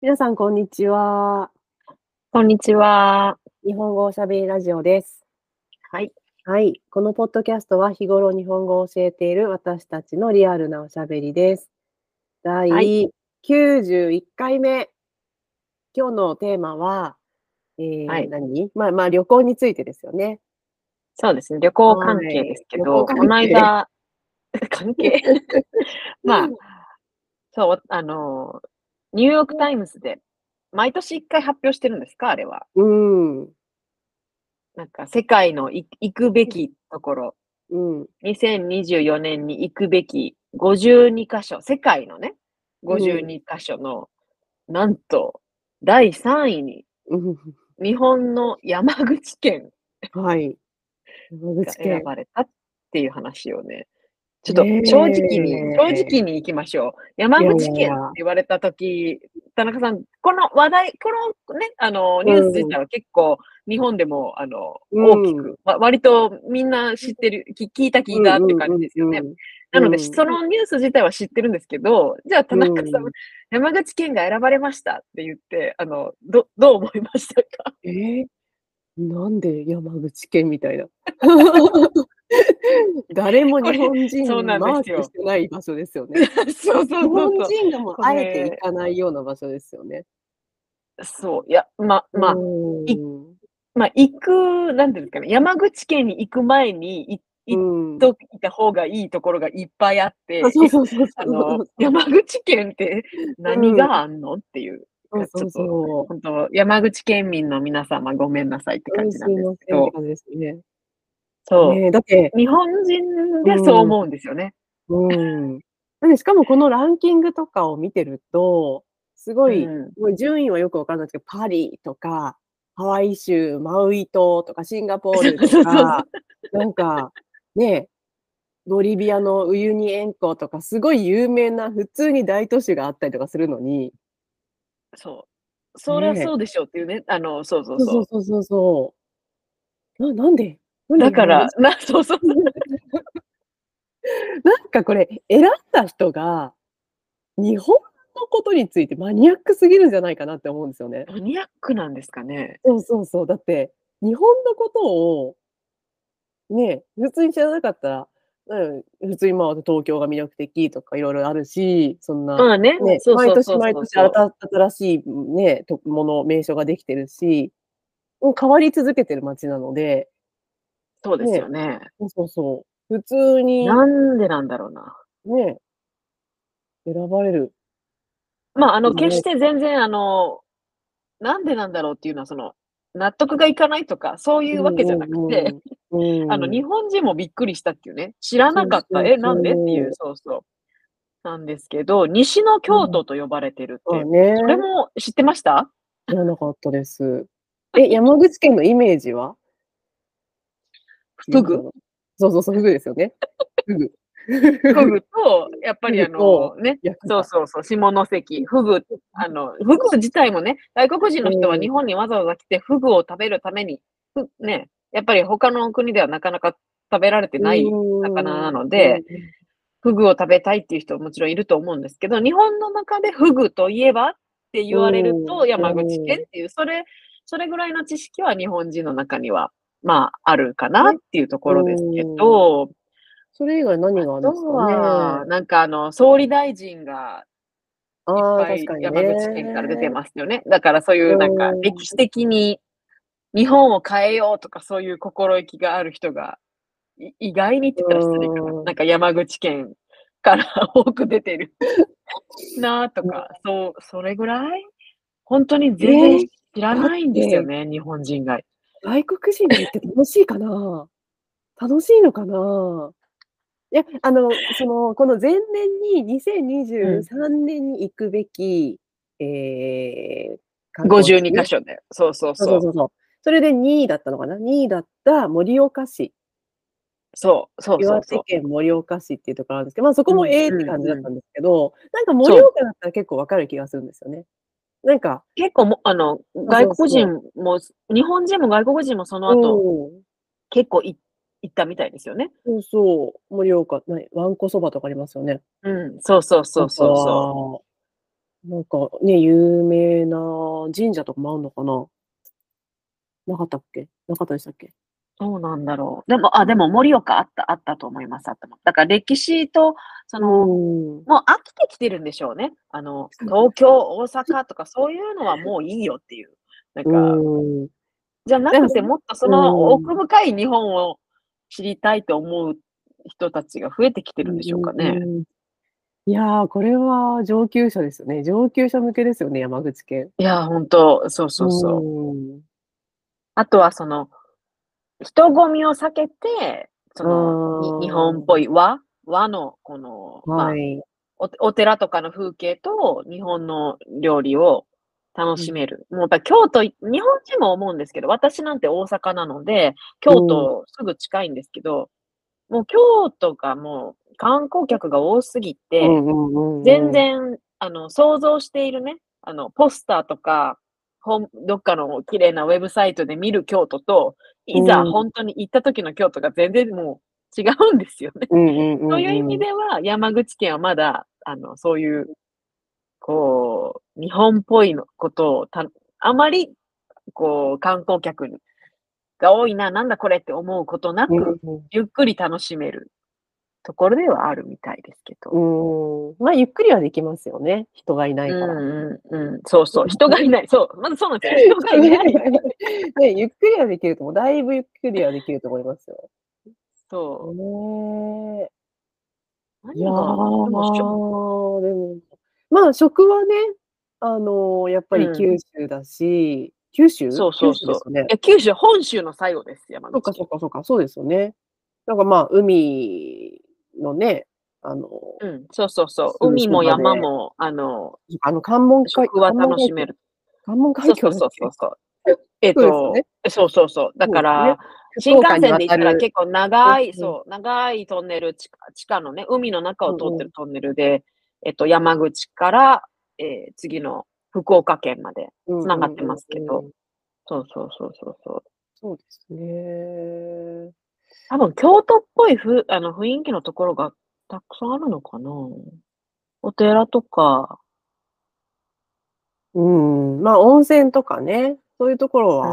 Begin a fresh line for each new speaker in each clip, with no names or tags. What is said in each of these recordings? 皆さん、こんにちは。
こんにちは。
日本語おしゃべりラジオです。
はい。
はい。このポッドキャストは日頃日本語を教えている私たちのリアルなおしゃべりです。
は
第
い
91回目。今日のテーマは、えー
はい
何まあまあ旅行についてですよね。
そうですね。旅行関係ですけ
は
ど、
い旅行関係
この間、 関係 まあ、そう、あの、ニューヨークタイムズで、毎年一回発表してるんですかあれは。
うん。
なんか、世界のい行くべきところ、
うん。
2024年に行くべき52箇所、世界のね、52箇所の、なんと、第3位に、
うん
日本の山口県
はい。山
が
口
選
県。
ばれたっていう話をね、ちょっと
ねえ
正直に、正直に行きましょう。山口
いやいやい
県
や
って言われたとき、田中さん、この話題、このね、あの、ニュース自体は結構、日本でも、あの、大きく、
う
わ割とみんな知ってる、き聞いた聞いたって感じですよね。
うんうんうん
なの
う
で、
ん
そのニュース自体は知ってるんですけど、じゃあ田中さん、
うん
山口県が選ばれましたって言って、あの、ど、どう思いましたか
えーなんで山口県み たいな。誰も日本人
そうな
が
んですよ
マークしてない場所ですよね。
そうそう
日本人がもう
これ
あえて行かないような場所ですよね。
そう、いや、ま、まあ
う、ん
いまあ、行く、なんていうんですかね、山口県に行く前にい
うん
行っといた方がいいところがいっぱいあって
あ、そうそうそうそう。
あの、山口県って何があんのっていう、
そうそうそ
本当山口県民の皆様ごめんなさいって
う。
感じなんですけど
すいませんって、感じですね。
そう、
ねえだって、
日本人でそう思うんですよね。
うん。だってしかもこのランキングとかを見てると、すごい、
うん
もう順位はよくわからないですけど、パリとか、ハワイ州、マウイ島とか、シンガポール
そ
と
うそうそ
か、なんか、ね、ボリビアのウユニ塩湖とか、すごい有名な普通に大都市があったりとかするのに、
そう。そりゃ
ねえ
そうでしょうっていうね、あの、そうそう
そうそうう。
そ
そうそうそう。ななんでなんで
だから、な、そうそう。
なんかこれ、選んだ人が、日本のことについてマニアックすぎるんじゃないかなって思うんですよね。
マニアックなんですかね。
そうそうそう。だって、日本のことを、ね、普通に知らなかったら、うん普通にまあ東京が魅力的とかいろいろあるし、そんな、
まあね、
ね、
そう
毎
そう
年
そうそう。
毎年新新しい、ね、ともの、名所ができてるし、もう変わり続けてる街なので、
そうですよね。
そうそうそう。普通に、
なんでなんだろうな。
ね、選ばれる。
まあ、あの、
ね
決して全然、あの、なんでなんだろうっていうのは、その、納得がいかないとか、そういうわけじゃなくて、
うんうんうん、
あの、日本人もびっくりしたっていうね、知らなかっ
そうそう
た、
そう
え、なんでっていう、そうそう。なんですけど、西の京都と呼ばれてるって、
本ね、
これも知ってました
知らなかったです。え、山口県のイメージは
フグ
そうそうそう、フグですよ ね。フグ。
フグと、やっぱりあの、ね、
ヤクザ
そうそうそう、下関、フグ、あの、フグ自体もね、外国人の人は日本にわざわざ来て、フグを食べるために、ふね、やっぱり他の国ではなかなか食べられてない、魚なので、フグを食べたいっていう人ももちろんいると思うんですけど、日本の中でフグといえばって言われる
う
と
ん
山口県っていう、それ、それぐらいの知識は日本人の中には、まあ、あるかなっていうところですけど、
それ以外何があ
あ
るんで
と
す
は、
かね。
なんかあの、総理大臣が
ああー、
い
確
っぱ
か
い
に、ね。
山口県から出てますよね。だからそういうなんか
うん
歴史的に日本を変えようとかそういう心意気がある人がい意外にって言ったら失礼かな。
うん
なんか山口県から多く出てる なあとか、そう、それぐらい本当に全
ね
然知らないんですよね、日本人が。
外国人って楽しいかな楽しいのかないや、あの、その、この前年に2023年に行くべき、えー、観光地
52箇所で。そうそう
そ
そ
そう
うう。
そうそう。それで2位だったのかな ?2 位だった盛岡市、
そうそうそ
岩
うそう
手。県盛岡市っていうところあるんですけど、まあそこも
うん
ええって感じだったんですけど、なんか盛岡だったら結構わかる気がするんですよね。なんか、
結構も、あの、外国人も、日本人も外国人もその後、
うん
結構い行ったみたいですよね。
そうそう、盛岡、なにわんこそばとかありますよね。
うん、そうそうそうそうそ
そう。なんかね、有名な神社とかもあんのかななかったっけなかったでしたっけ
どうなんだろう。でも、あ、でも盛岡あった、あったと思います。あったと思うだから歴史と、その、
うん。
もう飽きてきてるんでしょうね。あの、東京、大阪とかそういうのはもういいよっていう。なんか、
うん。
じゃなくて
で
もっとそ
うん
の奥深い日本を知りたいと思う人たちが増えてきてるんでしょうかね。
うんいやー、これは上級者ですよね。上級者向けですよね、山口県。
いや、本当そうそうそ
う
う。
ん。
あとはその、人混みを避けて、その、に日本っぽい和和の、この、まあ
はい。
おお寺とかの風景と日本の料理を楽しめる。もうやっぱ京都、日本人も思うんですけど、私なんて大阪なので、京都すぐ近いんですけど、もう京都がもう観光客が多すぎて、
うんうんうんうん
全。然、あの、想像しているね、あの、ポスターとか、ほんどっかの綺麗なウェブサイトで見る京都と、いざ
うん
本当に行った時の京都が全然もう違うんですよね。
うんうんうんん
そういう意味では、山口県はまだ、あの、そういう、こう、日本っぽいのことをた、あまり、こう、観光客にが多いな、なんだこれって思うことなく、
うん
ゆっくり楽しめるところではあるみたいですけど。
うん。うん。まあ、ゆっくりはできますよね。人がいな
う
い
ん
から。
うんうん、そうそう、人がいない、そう、まずそうなんですよ、人 がいない。
ね、ゆっくりはできると思う。だいぶゆっくりはできると思いますよ。
そ
ねえ。
う。
いやー、
何がでもしょ
でも、まあ、食はね、あのーやっぱり
うん
九州だし、九州
そうそう
九州
そう
ですよね
い。や九州、本州の最後です、山
そう
口
か、そ
県。
うか、そうか、そうですよね。なんかまあ、海のね、あのー、
うん、そうそうそ。
そうう
海
そう
も
だね
山も、あの、
あの関門海
食は楽しめる。
関門海
そ
峡
うそうそうそううそう。えっ
そう
と
です、
そうそうそう。だから、
ですね
新幹線で行っ
福
た
岡に渡
ら
る
結構長い、
うん
そう、長いトンネル、地下地下のね、海の中を通っ
うん
て
う
るトンネルで、えっと、山口から、えー次の福岡県まで。
つ
繋がってますけどそうそうそうそうそう。
そうですね。
多分、京都っぽいふあの雰囲気のところがたくさんあるのかな。お寺とか、
うん、まあ温泉とかね、そういうところはあ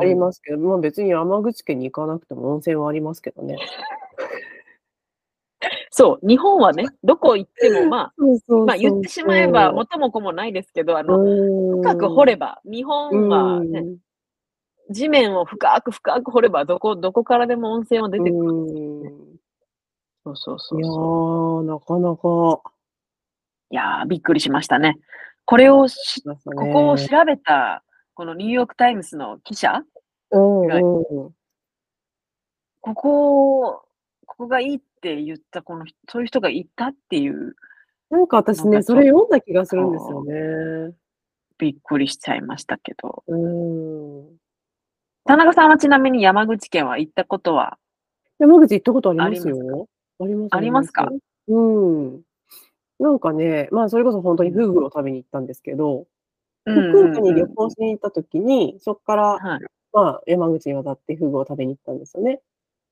あ
りますけど、まあ別に山口県に行かなくても温泉はありますけどね。
そう、日本はね、どこ行っても、まあ、
そうそう
まあ言ってしまえば元も子もないですけど、あの、深く掘れば、日本はね、地面を深く深く掘れば、どこ、どこからでも温泉は出てくる。
うん。
そうそうそ
いうや
そう。
ー、なかなか。
いやー、びっくりしましたね。これをし、ここを調べた、このニューヨークタイムズの記者、
うん
はい
うん
ここを、ここがいいって言った、この、そういう人がいたっていう、
なんか私
な
ね、
んかち
そ
ょっと
れ読んだ気がするんですよね。
びっくりしちゃいましたけど。
うん。
田中さんはちなみに山口県は行ったことは、
山口行ったことありま
あ
す
ります
よ。あります、
ありますか
うん。なんかね、まあ、それこそ本当にフグを食べに行ったんですけど、福岡に旅行しに行った時に、そこから、
はい
まあ、山口に渡ってフグを食べに行ったんですよね。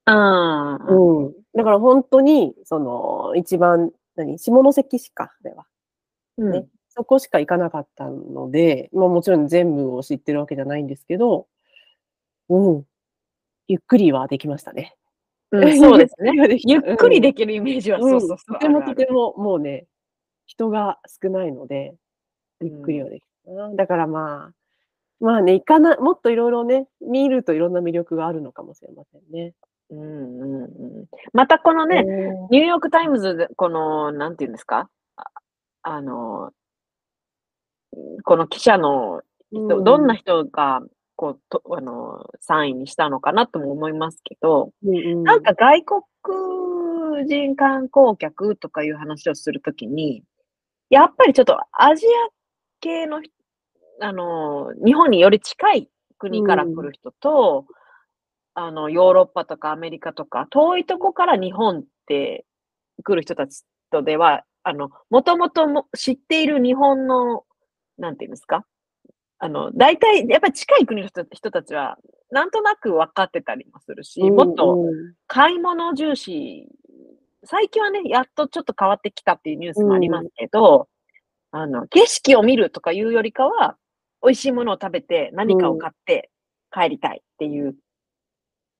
うんうんうん。うん。
うん。だから本当に、その、一番、何、下関市か、では。
うん
ねそこしか行かなかったので、まあ、もちろん全部を知ってるわけじゃないんですけど、うん。ゆっくりはできましたね。
うん、そうです ね。
ね
ゆっくりできるイメージは、そうそう
と
そう。
ても
あるあ
と
る
てももうね、人が少ないので、ゆっくりはできたな。だからまあ、まあね、行かな、もっといろいろね、見るといろんな魅力があるのかもしれませんね。
うんうんうん、またこのね、ニューヨーク・タイムズで、この、なんていうんですかああの、この記者の
う
人、どんな、人が、こう、とあの、3位にしたのかなとも思いますけど、
うんうん
なんか外国人観光客とかいう話をするときに、やっぱりちょっとアジア系の人、あの、日本により近い国から来る人と、あの、ヨーロッパとかアメリカとか、遠いとこから日本って来る人たちとでは、あの、もともとも知っている日本の、なんていうんですかあの、大体、やっぱり近い国の人人たちは、なんとなく分かってたりもするし、もっと、
うん
買い物重視、最近はね、やっとちょっと変わってきたっていうニュースもありますけど、あの、景色を見るとかいうよりかは、美味しいものを食べて何かを買って帰りたいっていう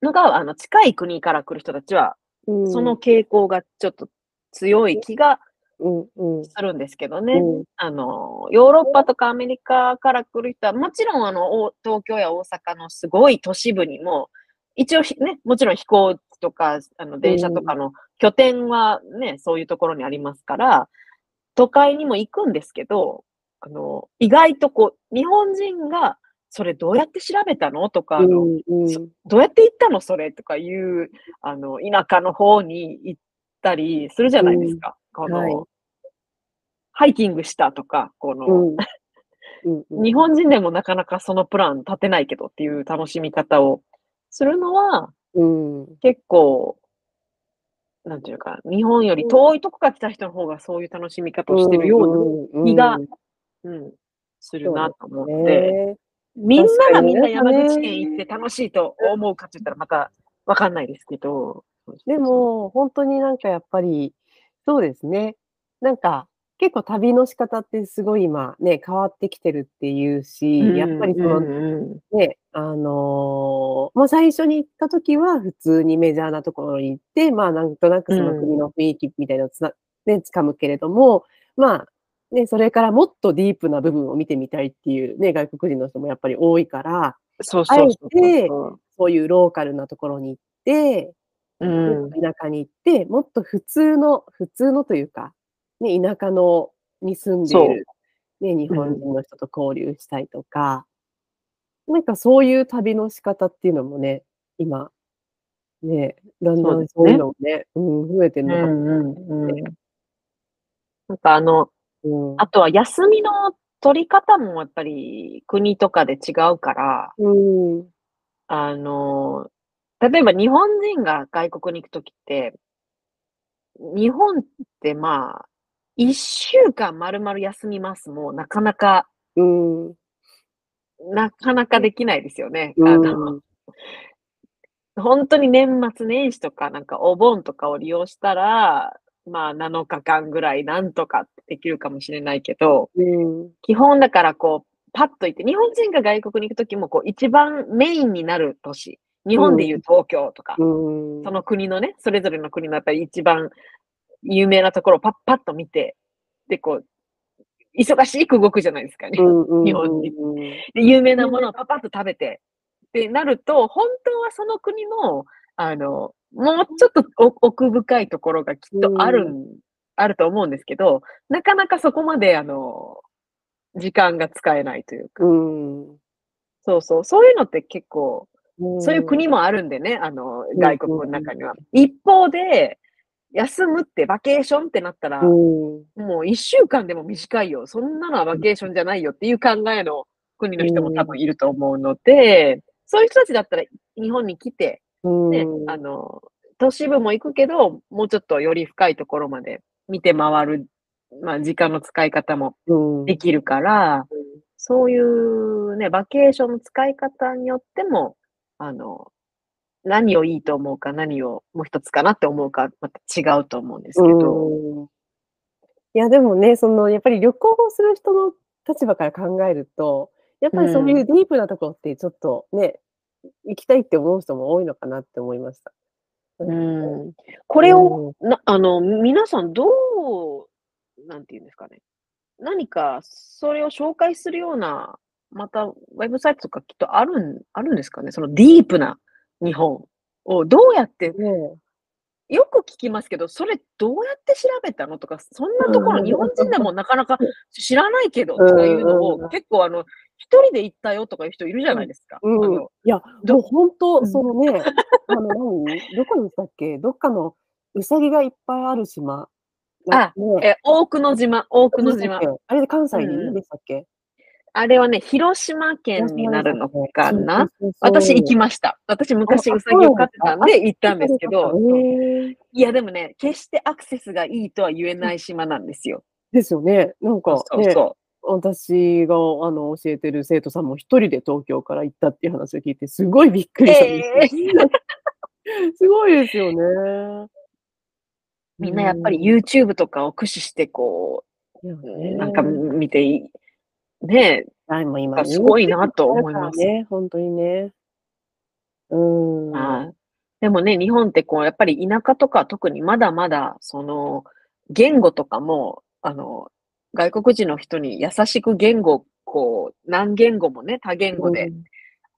のが、あの、近い国から来る人たちは、
うん
その、傾向がちょっと強い気が
うんうん
するんですけどね。
うん
あの、ヨーロッパとかアメリカから来る人は、もちろんあの、お東京や大阪のすごい都市部にも、一応ひね、もちろん飛行機とか、あの、電車とかの拠点はね、そういうところにありますから、都会にも行くんですけど、あの、意外とこう、日本人が、それどうやって調べたのとか、あの、
うんうん
そどうやって行ったのそれとかいう、あの、田舎の方に行ったりするじゃないですか。この、
はい
ハイキングしたとか、この、
うんうん うん
日本人でもなかなかそのプラン立てないけどっていう楽しみ方をするのは、
うん
結構、なんていうか、日本より遠いとこから来た人の方がそういう楽しみ方をしてるような気が、うん、するなと思って。
ね
みんながみんな
確か
山
にね
口県行って楽しいと思うかって言ったらまたわかんないですけど。
で、も、本当になんかやっぱり、そうですね。なんか、結構旅の仕方ってすごい今ね、変わってきてるっていうし、やっぱりそのね、
の、
あのーまあ最初に行った時は普通にメジャーなところに行って、まあなんとなくその国の雰囲気みたいなのをつな、ね、掴むけれども、まあね、それからもっとディープな部分を見てみたいっていうね、外国人の人もやっぱり多いから、
そうそうそう
あえて
そう。
そういうローカルなところに行って、
うん。
田舎に行って、もっと普通の、普通のというか、ね、田舎のに住んでいる、ね、日本人の人と交流したいとか、なんかそういう旅の仕方っていうのもね、今、ね、だんだ
そうで
ん
すね
そういうのもね、うん、増えてる
う
のか
んうんうん。なんかあの、
も。
あとは休みの取り方もやっぱり国とかで違うから、
うん、うん、
あの、例えば日本人が外国に行くときって、日本ってまあ、一週間丸々休みます。もうなかなか
うん、うん
なかなかできないですよね。
うん
あの本当に年末年始とか、なんかお盆とかを利用したら、まあ7日間ぐらいなんとかできるかもしれないけど、
うん、
基本だからこう、パッと行って、日本人が外国に行くときもこう一番メインになる都市、日本でいう東京とか、
うん
その国のね、それぞれの国のやっぱり一番有名なところをパッパッと見て、でこう、忙しく動くじゃないですかね。
うん、
日本人で、有名なものをパパッと食べて、ってなると、本当はその国の、あの、もうちょっとお奥深いところがきっとあるん、あると思うんですけど、なかなかそこまで、あの、時間が使えないというか、
うん、
そうそう、そういうのって結構、
うん、
そういう国もあるんでね、あの、外国の中には。一方で、休むって、バケーションってなったら、
うん、
もう一週間でも短いよ。そんなのはバケーションじゃないよっていう考えの国の人も多分いると思うので、そういう人たちだったら日本に来て、
うん、
ね、あの、都市部も行くけど、もうちょっとより深いところまで見て回る、まあ時間の使い方も
うん、
できるから、そういうね、バケーションの使い方によっても、あの、何をいいと思うか、何をもう一つかなって思うか、また違うと思うんですけど。
うんいや、でもね、その、やっぱり旅行をする人の立場から考えると、やっぱりそういうディープなところってちょっとね、行きたいって思う人も多いのかなって思いました。
うん、これを、なあの皆さん、どう、なんていうんですかね、何かそれを紹介するような、またウェブサイトとかきっとあるんあるんですかね、そのディープな日本をどうやって、
うん、ね
よく聞きますけど、それどうやって調べたのとか、そんなとこ
う
ろ、
ん
日本人でもなかなか知らないけど
うん
とかいうの
う
を、
ん
結構あの、一人で行ったよとかいう人いるじゃないですか。
うん
あの
いや、で
ど
も本
う
当、
ん
そのね、あの、何どこに行ったっけどっかのウサギがいっぱいある島。な
あ
ね、
え大久野島、大久野
ど
島
うでしたっ。けあれで関西でい
うん
いでしたっけ
あれはね、広島県になるのかな。
そうそうそう
私行きました。私昔
あ
うさぎを飼ってたんで行ったんですけど、
へえ
いやでもね、決してアクセスがいいとは言えない島なんですよ。
ですよね。なんか、
そ
ね
う、そうそ
私があの教えてる生徒さんも一人で東京から行ったっていう話を聞いて、すごいびっく
う。
りしたんです
え
よ。
ー
すごいですよね。
みんなやっぱり
う
YouTube とかを駆使してこう、なんか見てい、ね
はい、もう今、
すごいなと思います
ね、本当にね。うーん。
はいでもね、日本ってこう、やっぱり田舎とか特にまだまだ、その、言語とかも、あの、外国人の人に優しく言語、こう、何言語もね、多言語で、
うん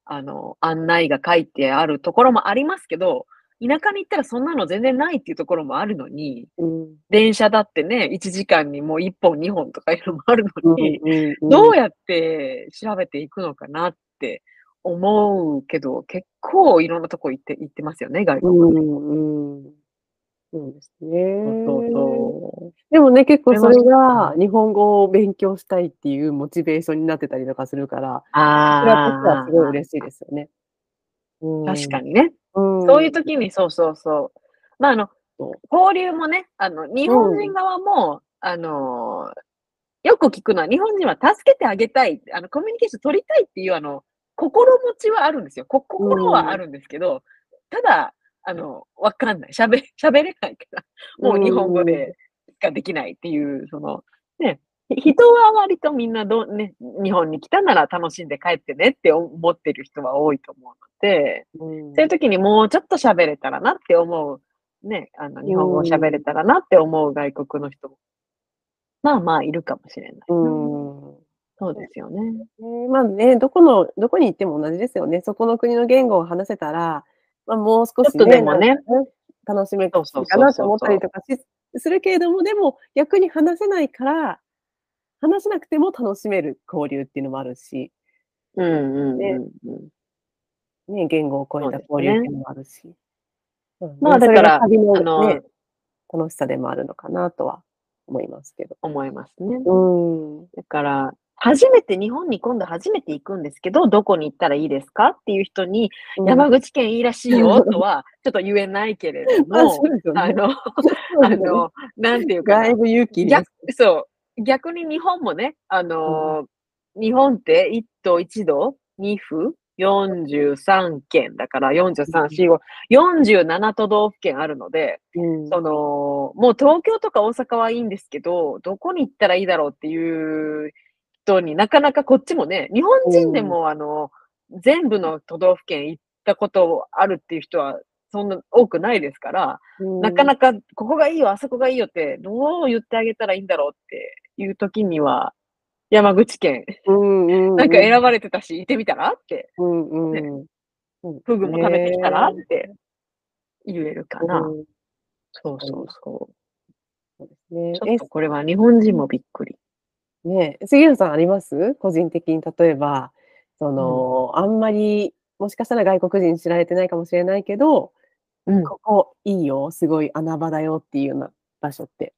あの、案内が書いてあるところもありますけど、田舎に行ったらそんなの全然ないっていうところもあるのに、
うん
電車だってね、1時間にもう1本、2本とかいうのもあるのに、
うんうん
どうやって調べていくのかなって思うけど、結構いろんなとこ行って、行ってますよね、外
う
国。
んうんそうですね。
そうそう
でもね、結構それ
それは
が日本語を勉強したいっていうモチベーションになってたりとかするから、それはこっち
あ
は
あ
すごい嬉しいですよね。うん
確か。にね。
うん
そういう時に、そうそうそう。まあ、あの
そう、
交流もね、あの、日本人側も、あのー、よく聞くのは、日本人は助けてあげたい、あの、コミュニケーション取りたいっていう、あの、心持ちはあるんですよ。こ心
うん
はあるんですけど、ただ、あの、わかんない。喋、喋れないから、もう日本語でしかできないっていう、その、ね、ひ人は割とみんなどう、ね、日本に来たなら楽しんで帰ってねって思ってる人は多いと思うので、
うん、
そういう時にもうちょっと喋れたらなって思う、ね、あの日本語を喋れたらなって思う外国の人も、まあまあいるかもしれない。
うん
そうですよね。
えーまあね、どこの、どこに行っても同じですよね。そこの国の言語を話せたら、まあ、もう少
ちょ
し
っとでもね、
なんか楽しめる
そうそうそうそう
かなと思ったりとかしするけれども、でも逆に話せないから、話せなくても楽しめる交流っていうのもあるし、
うんうん
ね
うんうん。
ね、言語を超えた
そう
交
です
流ってい
ね
うのもあるし。うん
まあ
ね
だから
それが旅の、ね、
あの
楽しさでもあるのかなとは思いますけど。
思いますね。
うん。
だから、初めて、日本に今度初めて行くんですけど、どこに行ったらいいですかっていう人に、山
口
口県いいらしいよとは、ちょっと言えないけれど
あ、そ
も
う、ですよ
あ
ね。
の、あの、なんていうかな
だいぶ勇気いります
逆そう逆に日本もね、あのー日本って1都1都2府43県だから43、4、5、47都道府県あるので、
うん
その、もう東京とか大阪はいいんですけど、どこに行ったらいいだろうっていう人になかなかこっちもね、日本人でも、あの、全部の都道府県行ったことあるっていう人はそんな多くないですから、なか
か
なかここがいいよ、あそこがいいよって、どう言ってあげたらいいんだろうっていう時には、山口県、
な
なんか選ばれてたし、行ってみたらって、
うんうん
ね
うん、
フグも食べてきたらっ
ね
て言えるか
え
な。
うん
そうそうそ
そ
う。
うですね
ちょっとこれは日本人もびっくり。
えねえ杉浦さんあります個人的に例えばその、あんまりもしかしたら外国人に知られてないかもしれないけど、
うん、
ここいいよすごい穴場だよっていうような場所って。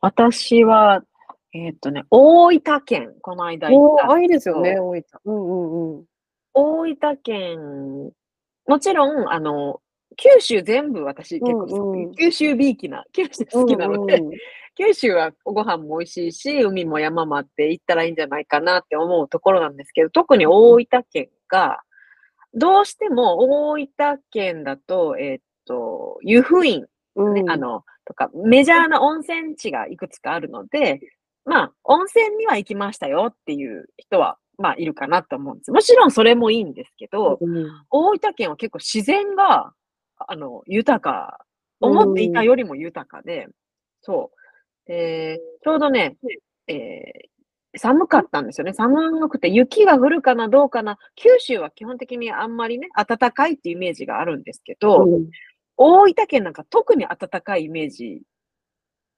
私は、えーっとね、大分県、この間行
お
った
ーあいいですよね
そ
大分。うんうんうん。
大分県、もちろん、あの、九州全部私結構好き、
うんうん
九州びいきな、九州好きなので、
うんうん
九州はご飯も美味しいし、海も山もあって行ったらいいんじゃないかなって思うところなんですけど、特に大分県が、どうしても大分県だと、えーっと、湯布院
うん
ね、あの、とか、メジャーな温泉地がいくつかあるので、まあ、温泉には行きましたよっていう人は、まあ、いるかなと思うんです。もちろんそれもいいんですけど、
うん
大分県は結構自然が、あの、豊か、思っていたよりも豊かで、そう。えーちょうどね、えー寒かったんですよね。寒くて雪が降るかなどうかな。九州は基本的にあんまりね、暖かいっていうイメージがあるんですけど、
うん
大分県なんか特に暖かいイメージ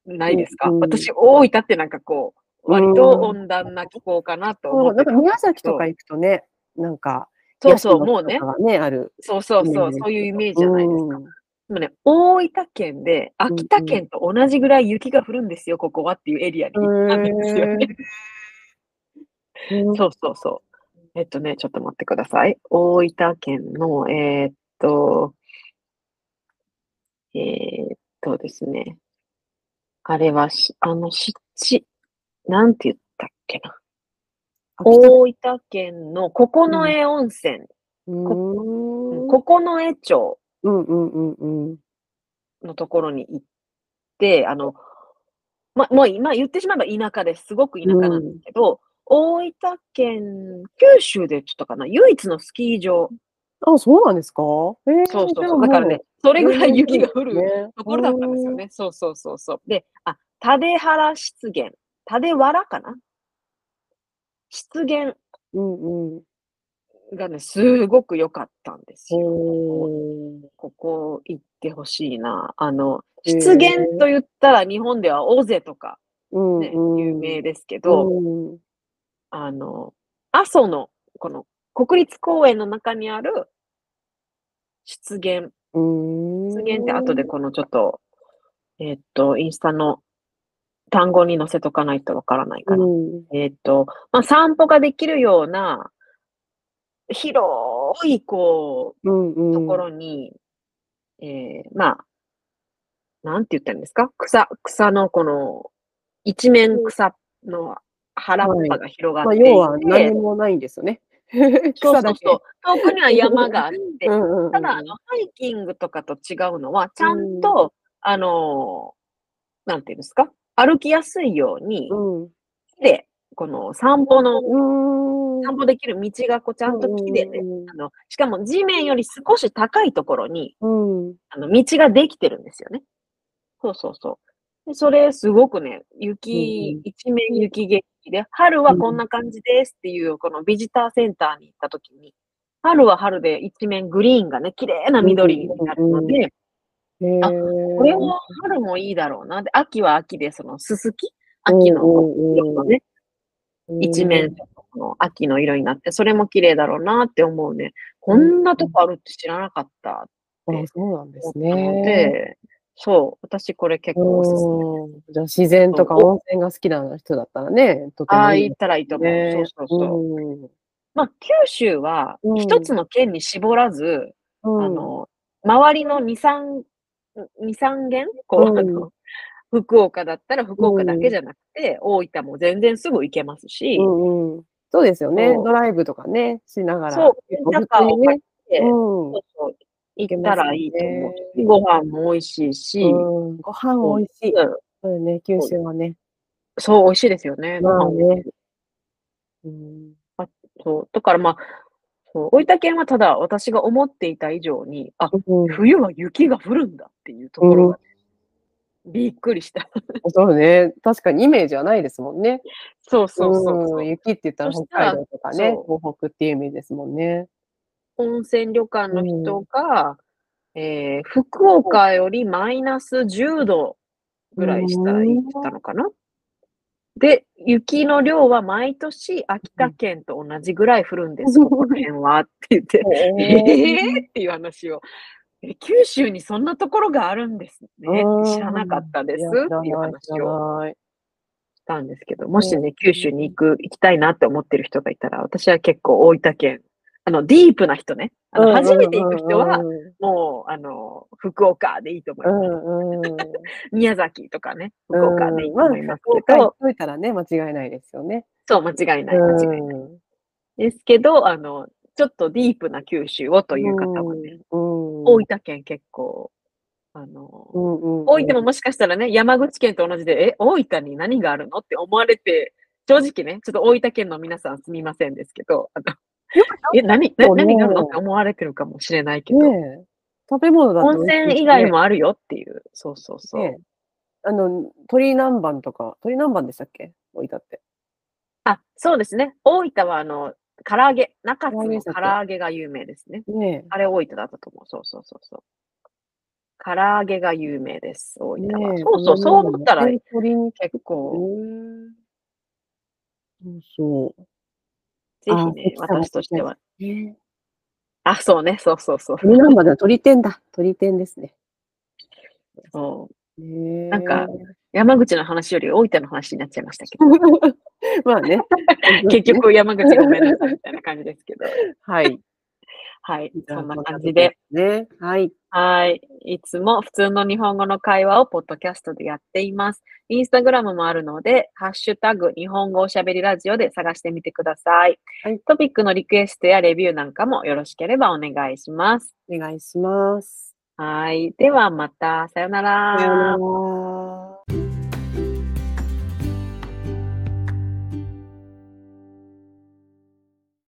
ないですか、
うんうん
私、大分ってなんかこう、割と
うん
温暖な気候かなと
そ
思
う
っ
な
て
んか宮崎とか行くとねなんか
そうそう、
ヤシの木
もうね
と、かがねある。
そうそうそう、そういうイメージじゃないですか。でもね、大分県で、秋田県と同じぐらい雪が降るんですよ、ここはっていうエリアにあるんですよね。
うん。うん
そうそうそう。えっとね、ちょっと待ってください。大分県の、えーっと、えーっとですね。あれはし、あの、湿地、なんて言ったっけな。
秋田
大分県の九重温泉、
うーん
九重町
うんうんうんうん。
のところに行って、あの、ま、もう今言ってしまえば田舎です。すごく田舎なんですけど、大分県、九州でちょっとかな、唯一のスキー場。
あ、そうなんですか。えー、
そうそう
じゃ
そ
あ
う。だからね、それ
もう、
ぐらい雪が降る
ね
ところだったんですよね。そうそうそうそう。で、あ、タデ原湿原。タデワラかな湿原
うんうんうん。
がね、すごく良かったんですよ。
おー
ここ行ってほしいな。あの、
へー
湿原と言ったら日本では尾瀬とか
うん
ね、
うん
有名ですけど、
うん
あの、阿蘇の、この国立公園の中にある湿原。
うーん。
湿原って後でこのちょっと、えーっと、インスタの単語に載せとかないとわからないかな。
うん
えーっと、まあ、散歩ができるような、広い、こ
うんう
う、
ん。
ところに、えーまあ、なんて言ったらいいんですか草、草のこの、一面草の原っぱが広が
ま
っ
あ、
ていて、
要は何もないんですよね。
そう
草
そ
だ
う
け。
そう。遠くには山があって、
うんうん
ただ、あの、ハイキングとかと違うのは、ちゃんと、あのー、なんていうんですか歩きやすいように
う、ん。
木で、この散歩の、
うん。
散歩できる道がこうちゃんと木でね、あの、しかも地面より少し高いところに、
うん。
あの、道ができてるんですよね。そうそうそう。でそれ、すごくね、雪
うん、
一面雪景色で、春はこんな感じですっていう、このビジターセンターに行った時に、春は春で一面グリーンがね、綺麗な緑になるので、あこれは春もいいだろうな。で、秋は秋で、そのすすき秋の色のね、一面、この秋の色になって、それも綺麗だろうなって思うね。こんなとこあるって知らなかった
うん。あそうなんで
思
す
ったの
ね。
で、そう、私これ結構おすす
う
め。
んじゃあ自然とか温泉が好きな人だったらね、とて
あ
も
あ、
いい
行ったらいいと思う。
ね
そうそうそう。
うん
まあ、九州は
うん
一つの県に絞らず、あ
うん
の、周りの二三、二三県こう、
うん
あの、福岡だったら福岡だけじゃなくて、大分も全然すぐ行けますし、
うんうんそうですよね。
そう
ドライブとかね、しながら。
そう、
結
豊
構普
を
通に
買っ
ね。
て、
うん
そうそう行
け
っ
ま
た
すよね
らいいと思うし。ご飯も美味しいし、
うんご飯美味しい。そうよね、九州はね。
そう、美味しいですよね。ご
ま
飯
あ
も
ね。うん
そう。だからまあ、そう大分県はただ私が思っていた以上に、あ、
うん
冬は雪が降るんだっていうところが、びっくりした。
そうね。確かにイメージはないですもんね。
そうそうそうそうう、
ん雪って言ったら
そ
北
したら
海道とかね、
そ
東北っていうイメージですもんね。
温泉旅館の人が、えー福岡よりマイナス10度ぐらいしたら言ってたのかな。で、雪の量は毎年秋田県と同じぐらい降るんです、
うん
ここら辺はって言って、えーっていう話を。え九州にそんなところがあるんですね
うん。
知らなかったです
いや
って
知
いう
らない、知
話を
らない。
したんですけど、もしね、九州に行く、行きたいなって思ってる人がいたら、私は結構大分県、あの、ディープな人ね。あの、初めて行く人は、もう、あの、福岡でいいと思いうます。
んうん、
宮崎とかね、福岡でいいと思います
福岡
け
行
ど、
っといたらね、間違いないですよね。
そう、間違いない、間違いない。ですけど、あの、ちょっとディープな九州をという方はね、
うん、
大分県結構、あの、
うんうんうん、
大分ももしかしたらね、山口県と同じで、え、大分に何があるのって思われて、正直ね、ちょっと大分県の皆さんすみませんですけど、あのえ、何、な
そうね
何があるのって思われてるかもしれないけど、
ねえ食べ物だと
温泉以外もあるよっていう、そうそうそう。
ねえあの鳥南蛮とか鳥南蛮でしたっけ大分って
あ、そうですね。大分は、あの、唐揚げ、中津
唐揚げで
の
した
唐
っけ
揚げが有名ですね。
ねえ
あれ大分だったと思う。そうそうそうそう。唐揚げが有名です、大分は。
ねえ
そうそう、そう思ったら
鳥に
結構、
そうそ
ぜひ
あ
ね、
関さんも
私としては。
う。ね、
あ、そうね、そうそうそう。
鳥南蛮だ、鳥天だ。鳥天ですね。
そう
ねえ
なんか、山口の話より大分の話になっちゃいましたけど、
まあね。
結局山口ごめんなさいみたいな感じですけど、
はい。
はい、そんな感じ
じゃあ
で、。
こんなとこですね。はい。
はい。いつも普通の日本語の会話をポッドキャストでやっています。インスタグラムもあるので、ハッシュタグ日本語おしゃべりラジオで探してみてください。
はい
トピックのリクエストやレビューなんかもよろしければお願いします。
お願いします。
はい。ではまた、さよな
さ
ら。
ようなら。